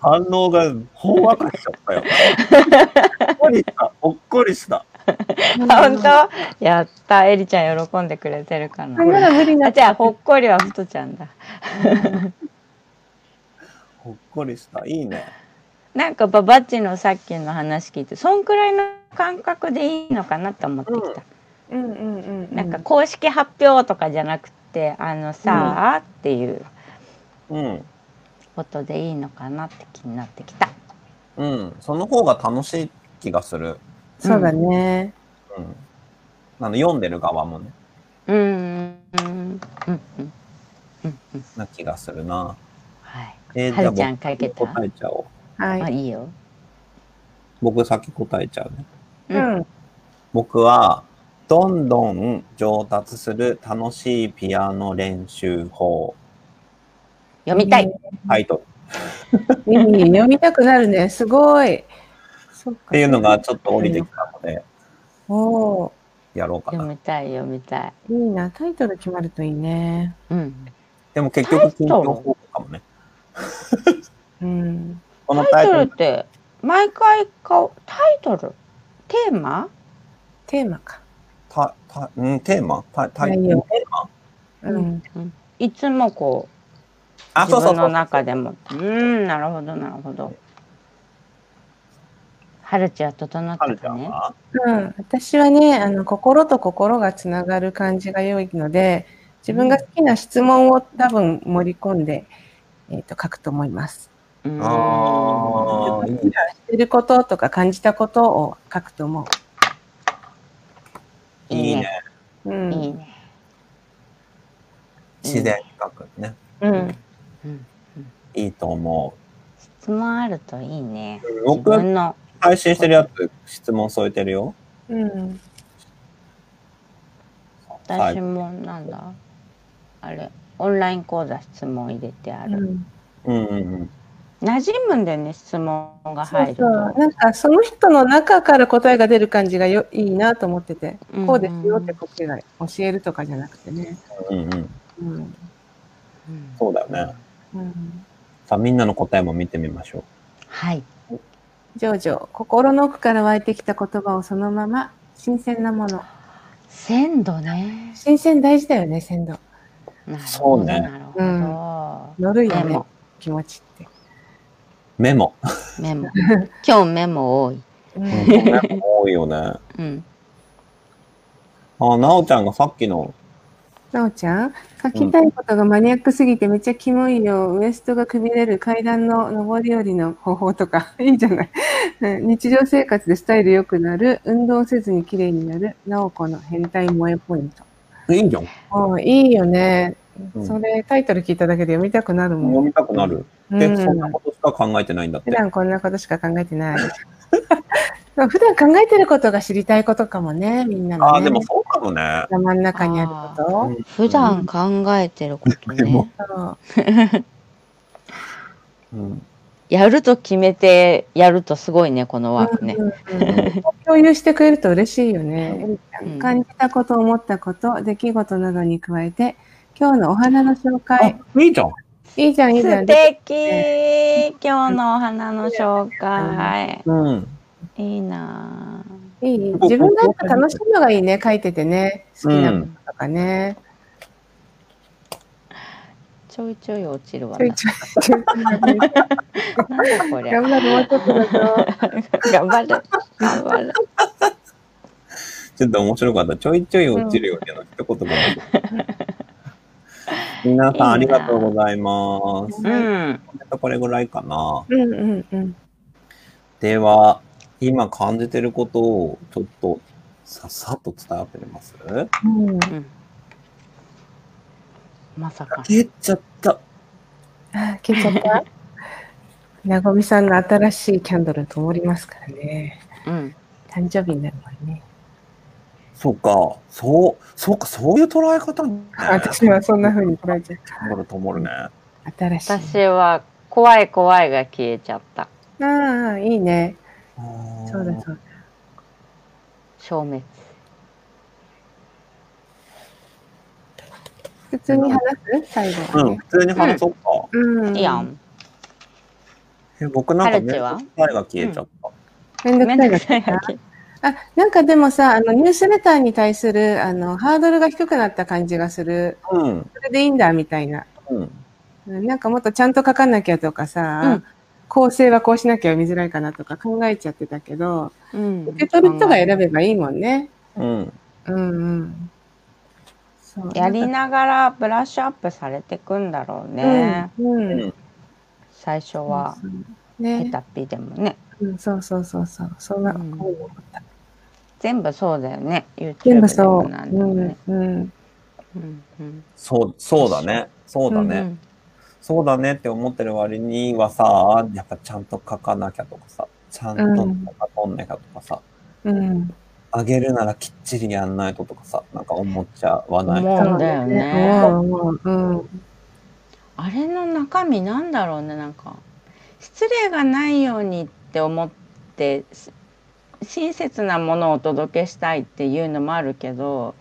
[SPEAKER 1] 反応がほんわかしちゃったよ。ほっこりした。ほっこりした。
[SPEAKER 2] 本当やった、エリちゃん喜んでくれてるかな
[SPEAKER 3] あ。まだ無理な
[SPEAKER 2] あ、じゃあ、ほっこりはふとちゃんだ。
[SPEAKER 1] ほっこりした。いいね。
[SPEAKER 2] なんかババッチのさっきの話聞いてそんくらいの感覚でいいのかなと思ってきた、
[SPEAKER 3] うんうんうんう。
[SPEAKER 2] なんか公式発表とかじゃなくてあのさあ、っていう
[SPEAKER 1] うん。
[SPEAKER 2] ことでいいのかなって気になってきた
[SPEAKER 1] うん。その方が楽しい気がする。
[SPEAKER 3] そうだね。
[SPEAKER 1] うん。あの、読んでる側もね、
[SPEAKER 2] うーんうんうんうんうんうん
[SPEAKER 1] な気がするな。
[SPEAKER 2] はい
[SPEAKER 1] え
[SPEAKER 2] はるちゃん
[SPEAKER 1] 僕
[SPEAKER 2] かけた
[SPEAKER 1] 答えちゃおう。
[SPEAKER 3] は
[SPEAKER 2] あ
[SPEAKER 3] い。
[SPEAKER 2] いいよ
[SPEAKER 1] 僕先答えちゃうね。
[SPEAKER 2] う
[SPEAKER 3] うん。
[SPEAKER 1] 僕は、どんどん上達する楽しいピアノ練習法。
[SPEAKER 2] 読みたい、
[SPEAKER 3] うん
[SPEAKER 1] タイトル。
[SPEAKER 3] いい読みたくなるね。すごい。そっか
[SPEAKER 1] っていうのが。ちょっと降りてきたので、
[SPEAKER 3] おお。
[SPEAKER 1] やろうか
[SPEAKER 2] 読
[SPEAKER 1] な。
[SPEAKER 2] みたい読みたい
[SPEAKER 3] いいな。タイトル決まるといいね。
[SPEAKER 2] うん
[SPEAKER 1] でも結局、緊張報告かもね。
[SPEAKER 3] うん。
[SPEAKER 1] このタ
[SPEAKER 2] タ
[SPEAKER 1] イ
[SPEAKER 2] イ
[SPEAKER 1] ト
[SPEAKER 2] ト
[SPEAKER 1] ル
[SPEAKER 2] ルっ、て毎回かタイトルテーマ
[SPEAKER 3] テーマか。
[SPEAKER 1] たたうん、テーマタタイト
[SPEAKER 3] 内
[SPEAKER 1] ル
[SPEAKER 3] 容
[SPEAKER 1] テーマ
[SPEAKER 3] うん。
[SPEAKER 2] いつもこう
[SPEAKER 1] あ、そう
[SPEAKER 2] 自
[SPEAKER 1] そう
[SPEAKER 2] 分
[SPEAKER 1] そ
[SPEAKER 2] の
[SPEAKER 1] う。
[SPEAKER 2] 中でも。うーん、なるほど、なるほど。はるちゃん整っ
[SPEAKER 1] はる
[SPEAKER 2] た
[SPEAKER 1] ちゃ
[SPEAKER 2] か
[SPEAKER 1] ん
[SPEAKER 2] ね。
[SPEAKER 1] は
[SPEAKER 3] うん、私はねあの心と心がつながる感じが良いので自分が好きな質問を多分盛り込んで、えー、と書くと思います。
[SPEAKER 2] うーん
[SPEAKER 1] ああ、いいね。
[SPEAKER 3] 知ることとか感じたことを書くと思
[SPEAKER 1] いいね。
[SPEAKER 3] う。う
[SPEAKER 2] い
[SPEAKER 3] ん
[SPEAKER 2] いね。
[SPEAKER 1] 自然企画ね。
[SPEAKER 3] うん
[SPEAKER 2] うん
[SPEAKER 1] いいと思
[SPEAKER 2] 質問あるといいね。
[SPEAKER 1] う。
[SPEAKER 2] 自
[SPEAKER 1] 僕、
[SPEAKER 2] 分の。
[SPEAKER 1] 配信してるやつ、質問添えてるよ。
[SPEAKER 3] うん
[SPEAKER 1] は
[SPEAKER 2] 私
[SPEAKER 1] い。
[SPEAKER 2] もなんだ、あれ、オンライン講座質問入れてあ
[SPEAKER 3] う
[SPEAKER 2] る。
[SPEAKER 3] ん
[SPEAKER 1] うんうんうん。
[SPEAKER 2] 馴染むんだよね、質問が
[SPEAKER 3] そう
[SPEAKER 2] 入
[SPEAKER 3] そ
[SPEAKER 2] る
[SPEAKER 3] う
[SPEAKER 2] と。
[SPEAKER 3] なんかその人の中から答えが出る感じがよいいなと思ってて
[SPEAKER 2] ん
[SPEAKER 3] こうですよってこっちが教えるとかじゃなくてね。
[SPEAKER 1] うんうん。
[SPEAKER 3] うん
[SPEAKER 2] うん
[SPEAKER 1] そうだよね。
[SPEAKER 3] うん、
[SPEAKER 1] さあ、みんなの答えも見てみましょう。
[SPEAKER 2] はい。
[SPEAKER 3] ジョージョ心の奥から湧いてきた言葉をそのまま新鮮なもの
[SPEAKER 2] 鮮度ね。
[SPEAKER 3] 新鮮大事だよね鮮度
[SPEAKER 2] なる
[SPEAKER 1] そ
[SPEAKER 2] ほ
[SPEAKER 1] う
[SPEAKER 2] ど、
[SPEAKER 1] ね
[SPEAKER 2] なるほど。
[SPEAKER 3] 乗るよ
[SPEAKER 2] メ
[SPEAKER 3] ね
[SPEAKER 2] モ、
[SPEAKER 3] 気持ちって、
[SPEAKER 1] メモ。
[SPEAKER 2] メモ。今日メモ多い。
[SPEAKER 3] うん、
[SPEAKER 1] メ モ多いよね。
[SPEAKER 2] うん。
[SPEAKER 1] あ、なおちゃんがさっきの、
[SPEAKER 3] なおちゃん書きたいことがマニアックすぎてめっちゃキモいよウエストがくびれる階段の上り下りの方法とか いいじゃないうん日常生活でスタイル良くなる運動せずに綺麗になるなおこの変態萌えポイント
[SPEAKER 1] いいじゃん。
[SPEAKER 3] おーいいよね、
[SPEAKER 1] うん
[SPEAKER 3] それタイトル聞いただけで読みたくなる
[SPEAKER 1] 読
[SPEAKER 3] もん、
[SPEAKER 1] みたくなる。
[SPEAKER 3] う
[SPEAKER 1] で、
[SPEAKER 3] ん、
[SPEAKER 1] そんなことしか考えてないんだって
[SPEAKER 3] 普。段こんなことしか考えてない 普段考えてることが知りたいことかもねみんなの、ね、
[SPEAKER 1] ああ、でもそうかもね。
[SPEAKER 3] 頭の中にある
[SPEAKER 1] う
[SPEAKER 3] こ
[SPEAKER 1] ん
[SPEAKER 2] 普段考えてるこ と
[SPEAKER 1] でも
[SPEAKER 2] ね。
[SPEAKER 3] と。そう
[SPEAKER 1] うん
[SPEAKER 2] やると決めてやるとすごいね、このワークね。
[SPEAKER 3] うんうん共有してくれると嬉しいよね。
[SPEAKER 2] うん
[SPEAKER 3] 感じたこと、思ったこと、出来事などに加えて、今日のお花の紹
[SPEAKER 1] あ
[SPEAKER 3] 介。、
[SPEAKER 1] いいじゃん。
[SPEAKER 3] いいじゃん、いいじゃ
[SPEAKER 2] 素
[SPEAKER 3] ん。
[SPEAKER 2] 敵今日のお花の紹介。
[SPEAKER 1] うん。
[SPEAKER 2] いいなぁ
[SPEAKER 3] いい自分がやっぱ楽しいのがいいね、書いててね。好きなこととかね。
[SPEAKER 2] ちょいちょい落ちるわ
[SPEAKER 3] ちょい
[SPEAKER 2] な。
[SPEAKER 3] ちょいちょい
[SPEAKER 2] なんだこれ。
[SPEAKER 3] 頑張る、もうちょっとだぞ。
[SPEAKER 2] 頑張る。頑張る。
[SPEAKER 1] ちょっと面白かった。ちょいちょい落ちるような一言が。皆さんあ
[SPEAKER 2] いい
[SPEAKER 1] り
[SPEAKER 2] な
[SPEAKER 1] がとうございます。
[SPEAKER 2] うん。
[SPEAKER 1] これぐらいかな。
[SPEAKER 3] うんうんうん。
[SPEAKER 1] では、今感じてることをちょっとさっさと伝えてくれます
[SPEAKER 3] うん
[SPEAKER 2] うんまさか。
[SPEAKER 1] 消えちゃった。
[SPEAKER 3] あ、消えちゃ った。なごみさんの新しいキャンドル灯りますからね。
[SPEAKER 2] うん。
[SPEAKER 3] 誕生日になるからね。
[SPEAKER 1] そうか、そう、そうか、そういう捉え方に、ね。
[SPEAKER 3] 私はそんな風に捉えちゃっ
[SPEAKER 1] これともるね。
[SPEAKER 3] た。新しい。
[SPEAKER 2] 私は、怖い怖いが消えちゃった。
[SPEAKER 3] ああ、いいね。そうだ
[SPEAKER 1] す。
[SPEAKER 3] そう
[SPEAKER 2] 消滅。
[SPEAKER 3] だ。普通に話す最後
[SPEAKER 1] う
[SPEAKER 3] は
[SPEAKER 1] ん、
[SPEAKER 3] ね。
[SPEAKER 1] 普通に話そうか。
[SPEAKER 3] うん。
[SPEAKER 2] いいやん。
[SPEAKER 1] え僕なんか
[SPEAKER 2] カルチは
[SPEAKER 1] 答えが消えちゃった。
[SPEAKER 3] めんどく
[SPEAKER 2] めん
[SPEAKER 3] さ
[SPEAKER 2] ど
[SPEAKER 3] い
[SPEAKER 2] く
[SPEAKER 3] が
[SPEAKER 2] さいが消え
[SPEAKER 3] あ、なんかでもさ、あの、ニュースレターに対する、あの、ハードルが低くなった感じがする。
[SPEAKER 1] うん、
[SPEAKER 3] それでいいんだ、みたいな。
[SPEAKER 1] うん、
[SPEAKER 3] うんなんかもっとちゃんと書かなきゃとかさ、
[SPEAKER 2] うん
[SPEAKER 3] 構成はこうしなきゃ見づらいかなとか考えちゃってたけど、
[SPEAKER 2] うん。
[SPEAKER 3] 受け取る人が選べばいいもんね。
[SPEAKER 1] うん。
[SPEAKER 3] うんうん。そう
[SPEAKER 2] やりながらブラッシュアップされてくんだろうね。
[SPEAKER 3] うん
[SPEAKER 1] う
[SPEAKER 3] うんん。
[SPEAKER 2] 最初は、ヘ
[SPEAKER 3] ね
[SPEAKER 2] タ、ピでもね。
[SPEAKER 3] うん、そうそうそうそう。そんな、
[SPEAKER 2] うん
[SPEAKER 3] こう思った
[SPEAKER 2] 全部そうだよね。YouTube で
[SPEAKER 3] 全部
[SPEAKER 2] も
[SPEAKER 3] そう。
[SPEAKER 2] な
[SPEAKER 3] うん
[SPEAKER 2] でも
[SPEAKER 3] ん
[SPEAKER 2] ね。
[SPEAKER 3] うん。
[SPEAKER 2] うんうん
[SPEAKER 1] そう、そうだね。そうだね。そうだねって思ってる割にはさ、やっぱちゃんと書かなきゃとかさ、ちゃんとなんか取んなきゃとかさ、
[SPEAKER 3] うん。
[SPEAKER 1] あげるならきっちりやんないととかさ、なんか思っちゃわない。
[SPEAKER 2] 思そうだよね
[SPEAKER 3] うんうんうん。
[SPEAKER 2] あれの中身なんだろうねなんか失礼がないようにって思ってし親切なものをお届けしたいっていうのもあるけど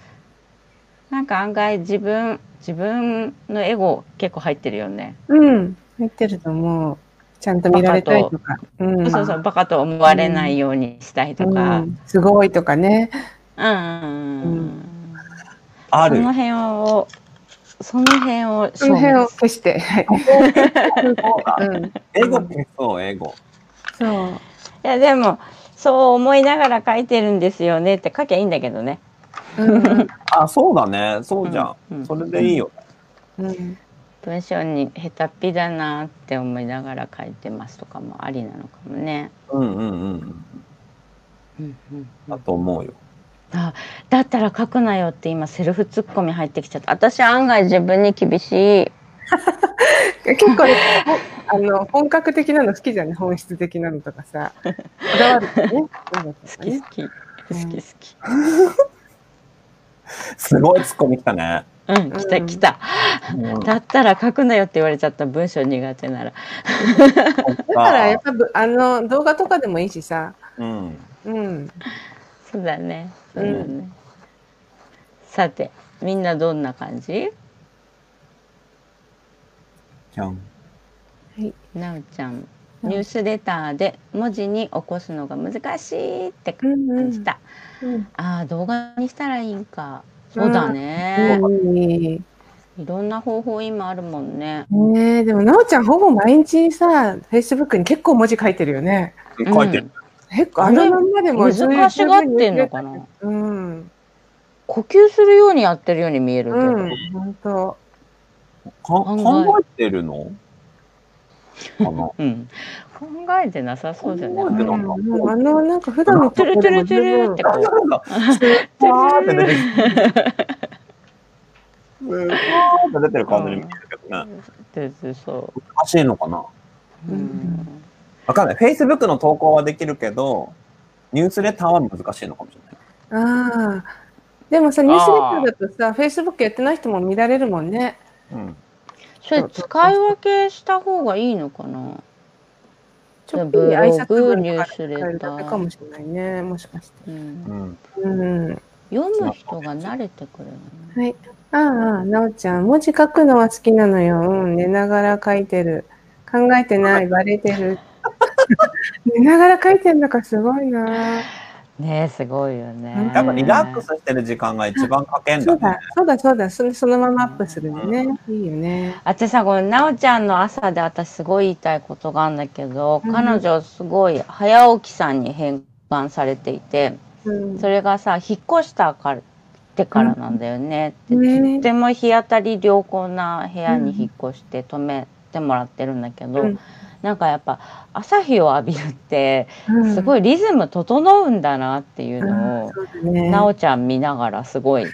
[SPEAKER 2] なんか案外自分自分のエゴ結構入ってるよね。
[SPEAKER 3] うん。入ってると思う。ちゃんと見られたいとか。うん
[SPEAKER 2] そうそうバカと思われないようにしたいとか。
[SPEAKER 3] うんすごいとかね。
[SPEAKER 2] うんうんうんうん
[SPEAKER 1] あ
[SPEAKER 2] そ
[SPEAKER 1] る。
[SPEAKER 2] の辺をその辺を
[SPEAKER 3] その辺を消
[SPEAKER 2] 消
[SPEAKER 3] して。はい。うん。
[SPEAKER 1] エゴ消そう、エゴ。
[SPEAKER 3] そう。
[SPEAKER 2] いやでもそう思いながら書いてるんですよねって書きゃいいんだけどね。
[SPEAKER 3] うん
[SPEAKER 1] あ、そうだね。そうじゃん。
[SPEAKER 2] うんうん
[SPEAKER 1] それでいいよ。
[SPEAKER 3] うん。
[SPEAKER 2] 文章に下手っぴだなって思いながら書いてますとかもありなのかもね。
[SPEAKER 1] うんうんうん。
[SPEAKER 2] うんうんう
[SPEAKER 1] だ
[SPEAKER 2] ん、
[SPEAKER 1] と思うよ。
[SPEAKER 2] だったら書くなよって今セルフツッコミ入ってきちゃった私案外自分に厳しい
[SPEAKER 3] 結構ね、ほあの本格的なの好きじゃんね、本質的なのとかさ。こだわるとね。
[SPEAKER 2] 好き好き好き好き
[SPEAKER 1] すごいツッコミきたね。
[SPEAKER 2] うん来た来た、
[SPEAKER 1] うん、
[SPEAKER 2] だったら書くなよって言われちゃった文章苦手なら
[SPEAKER 3] だからやっぱぶあの動画とかでもいいしさ。
[SPEAKER 1] うん。
[SPEAKER 3] うん。
[SPEAKER 2] そうだねそうだね、さてみんなどんな感じ
[SPEAKER 1] じゃん。
[SPEAKER 2] なおちゃんニュースレターで文字に起こすのが難しいって
[SPEAKER 3] う
[SPEAKER 2] 感
[SPEAKER 3] んう
[SPEAKER 2] じ
[SPEAKER 3] ん。
[SPEAKER 2] た、
[SPEAKER 3] うん
[SPEAKER 2] あー動画にしたらいいんかそうだね、
[SPEAKER 3] ね
[SPEAKER 2] いろんな方法今あるもんね
[SPEAKER 3] えでもなおちゃんほぼ毎日さフェイスブックに結構文字書いてるよね
[SPEAKER 1] 書いてる。
[SPEAKER 3] 結構あのまんまでも
[SPEAKER 2] 難しがってんのかな
[SPEAKER 3] うん
[SPEAKER 2] 呼吸するようにやってるように見えるけど、
[SPEAKER 3] うん本当
[SPEAKER 1] か考えてるのかな
[SPEAKER 2] うん考えてなさそうじゃない
[SPEAKER 1] 考えてな
[SPEAKER 3] う
[SPEAKER 1] い
[SPEAKER 3] んもうあのなんか普段の
[SPEAKER 2] トゥルトゥルト
[SPEAKER 3] 十
[SPEAKER 2] ゥル
[SPEAKER 3] 分
[SPEAKER 2] ってこう
[SPEAKER 1] なんか、スーパーって出てる。スーパーって出てる感じに見えるけどね。
[SPEAKER 2] そうそうそ
[SPEAKER 1] 難しいのかな
[SPEAKER 2] う、うん
[SPEAKER 1] わかんない。Facebook の投稿はできるけど、ニュースレターは難しいのかもしれない。
[SPEAKER 3] ああ。でもさ、ニュースレターだとさ、Facebook やってない人も見られるもんね。
[SPEAKER 1] うん。
[SPEAKER 2] それ使い分けした方がいいのかな
[SPEAKER 3] ちょっ
[SPEAKER 2] ブ
[SPEAKER 3] と
[SPEAKER 2] ロ
[SPEAKER 3] 挨
[SPEAKER 2] グ
[SPEAKER 3] 拶文
[SPEAKER 2] ニュ
[SPEAKER 3] と
[SPEAKER 2] ー
[SPEAKER 3] か
[SPEAKER 2] スレ
[SPEAKER 3] で
[SPEAKER 2] ター
[SPEAKER 3] 使えるだけかもしれないね、もしかして。
[SPEAKER 2] うん
[SPEAKER 1] うん。
[SPEAKER 3] うん。
[SPEAKER 2] 読む人が慣れてくるよね
[SPEAKER 3] はい。ああ、なおちゃん、文字書くのは好きなのよ。うん、寝ながら書いてる。考えてない、バレてる。寝ながら書いてんのかすごいな。
[SPEAKER 2] ねえすごいよね
[SPEAKER 1] やっぱリラックスしてる時間が一番かけんだ
[SPEAKER 3] そうだ
[SPEAKER 1] ね。、
[SPEAKER 3] そうだ、そうだ、そそのままアップするのね。いいよね。
[SPEAKER 2] あとさこのなおちゃんの朝で私すごい言いたいことがあるんだけど、
[SPEAKER 3] うん
[SPEAKER 2] 彼女すごい早起きさんに変換されていて
[SPEAKER 3] うん。
[SPEAKER 2] それがさ引っ越したからってからなんだよねって、
[SPEAKER 3] ね
[SPEAKER 2] とても日当たり良好な部屋に引っ越して泊めてもらってるんだけど、
[SPEAKER 3] うん
[SPEAKER 2] なんかやっぱ朝日を浴びるって
[SPEAKER 3] うん
[SPEAKER 2] すごいリズム整うんだなっていうのを、
[SPEAKER 3] そうだね
[SPEAKER 2] なおちゃん見ながらすごい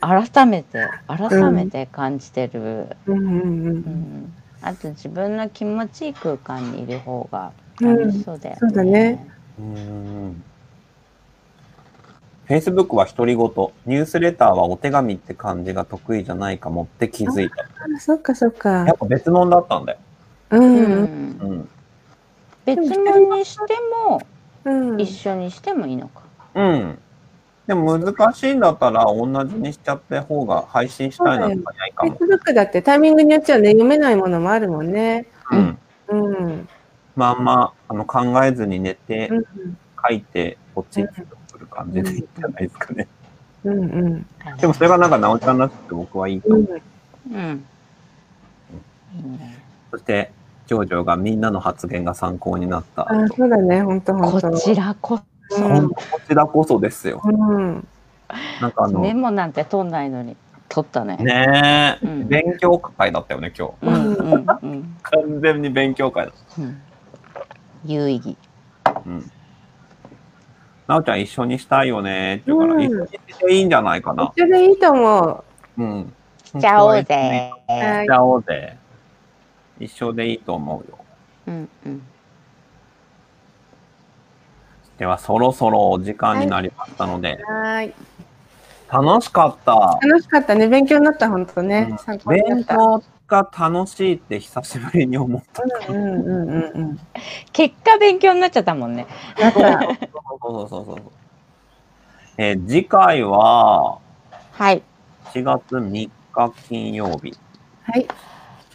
[SPEAKER 2] 改めて改めて感じてる、
[SPEAKER 3] うんうんう
[SPEAKER 2] うんん、あと自分の気持ちいい空間にいる方が
[SPEAKER 3] うん
[SPEAKER 2] 楽しそうだよね。
[SPEAKER 3] そうだね
[SPEAKER 1] うーん。Facebook は独り言、ニュースレターはお手紙って感じが得意じゃないかもって気づいた。
[SPEAKER 3] あそっかそっか
[SPEAKER 1] やっぱ別物だったんだよ。
[SPEAKER 3] う
[SPEAKER 2] うんん、
[SPEAKER 1] うん。
[SPEAKER 2] 別物にしても
[SPEAKER 3] うん
[SPEAKER 2] 一緒にしてもいいのか。
[SPEAKER 1] うん。でも難しいんだったら同じにしちゃった方が配信したいなとかないかも。
[SPEAKER 3] Facebook だってタイミングによっちゃね読めないものもあるもんね
[SPEAKER 2] う
[SPEAKER 1] うんん。
[SPEAKER 3] うん
[SPEAKER 1] まあまあ、あの考えずに寝て
[SPEAKER 3] う、ん
[SPEAKER 1] 書いて、ポチッとする感じでいいんじゃないですかね。
[SPEAKER 3] うんうん
[SPEAKER 1] でもそれがなんか、なおちゃんらしくて僕はいいと
[SPEAKER 3] う
[SPEAKER 1] 思う。
[SPEAKER 3] ん
[SPEAKER 2] うん。いいね。
[SPEAKER 1] そして、ジョジョがみんなの発言が参考になった。
[SPEAKER 3] あそうだね本当
[SPEAKER 2] こ
[SPEAKER 3] 本当
[SPEAKER 2] ちらこ
[SPEAKER 3] う
[SPEAKER 1] ほ
[SPEAKER 3] ん
[SPEAKER 1] んとこちらこそですよ。
[SPEAKER 3] うん
[SPEAKER 1] なんかあ
[SPEAKER 2] そ
[SPEAKER 1] の、
[SPEAKER 2] メ
[SPEAKER 1] ね
[SPEAKER 2] モなんて取んないのに取ったね。
[SPEAKER 1] え、
[SPEAKER 2] うん
[SPEAKER 1] 勉強会だったよね、今日。
[SPEAKER 2] うんうんうん
[SPEAKER 1] 完全に勉強会だっ
[SPEAKER 2] うん。有意義。
[SPEAKER 1] た。うん。なおちゃん一緒にしたいよねって言うから、
[SPEAKER 3] うん
[SPEAKER 1] 一緒にしていいんじゃないかな。
[SPEAKER 3] 一緒でいいと思
[SPEAKER 1] うん。
[SPEAKER 2] しちゃおうぜ。
[SPEAKER 3] うは
[SPEAKER 1] し
[SPEAKER 3] い
[SPEAKER 1] ちゃおうぜ。一緒でいいと思うよ。
[SPEAKER 2] うんうん。
[SPEAKER 1] では、そろそろお時間になりましたので、
[SPEAKER 3] はい
[SPEAKER 1] 楽しかった。
[SPEAKER 3] 楽しかったね勉強になった本当ね
[SPEAKER 1] うん
[SPEAKER 3] 参考にな
[SPEAKER 1] 勉
[SPEAKER 3] った
[SPEAKER 1] 強が楽しいって久しぶりに思った。
[SPEAKER 3] うんうんうん うん
[SPEAKER 2] 結果勉強になっちゃったもんね。
[SPEAKER 3] だから
[SPEAKER 1] そうそうそうそう。えー次回は
[SPEAKER 2] はい。
[SPEAKER 1] 4月3日金曜日。
[SPEAKER 3] はい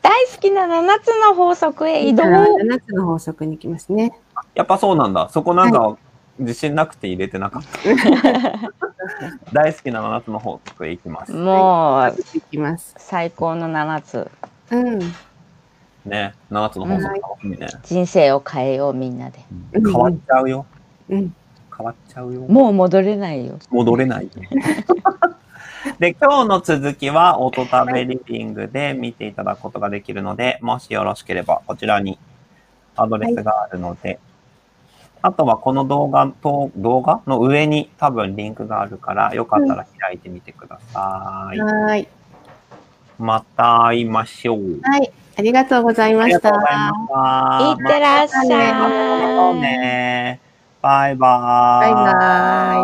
[SPEAKER 2] 大好きな7つの法則へ移動。
[SPEAKER 3] 7つの法則に行きますね
[SPEAKER 1] やっぱそうなんだ。そこなんか自信なくて入れてなかった。大好きな7つの方へ行きます。
[SPEAKER 2] もう
[SPEAKER 3] いきます
[SPEAKER 2] 最高の7つ。
[SPEAKER 3] うん
[SPEAKER 1] ね。7つの法則楽しみね。
[SPEAKER 2] 人生を変えようみんなで。
[SPEAKER 1] 変わっちゃうよ。
[SPEAKER 3] うん
[SPEAKER 1] 変わっちゃうよ。
[SPEAKER 2] もう戻れないよ。
[SPEAKER 1] 戻れない。で、今日の続きは、オトタベリビングで見ていただくことができるので、もしよろしければ、こちらにアドレスがあるので、あとはこの動画と、動画の上に多分リンクがあるから、よかったら開いてみてください。
[SPEAKER 3] はい
[SPEAKER 1] また会いましょう。
[SPEAKER 3] はいありがとうござい
[SPEAKER 1] あ
[SPEAKER 3] ま
[SPEAKER 1] りが
[SPEAKER 3] し
[SPEAKER 1] とう
[SPEAKER 3] た
[SPEAKER 1] ござい
[SPEAKER 2] いっ
[SPEAKER 1] ました。
[SPEAKER 2] てらっし
[SPEAKER 1] また
[SPEAKER 2] ゃ
[SPEAKER 1] ね
[SPEAKER 2] い。
[SPEAKER 1] バイバ
[SPEAKER 3] バ
[SPEAKER 1] ー
[SPEAKER 3] イバイ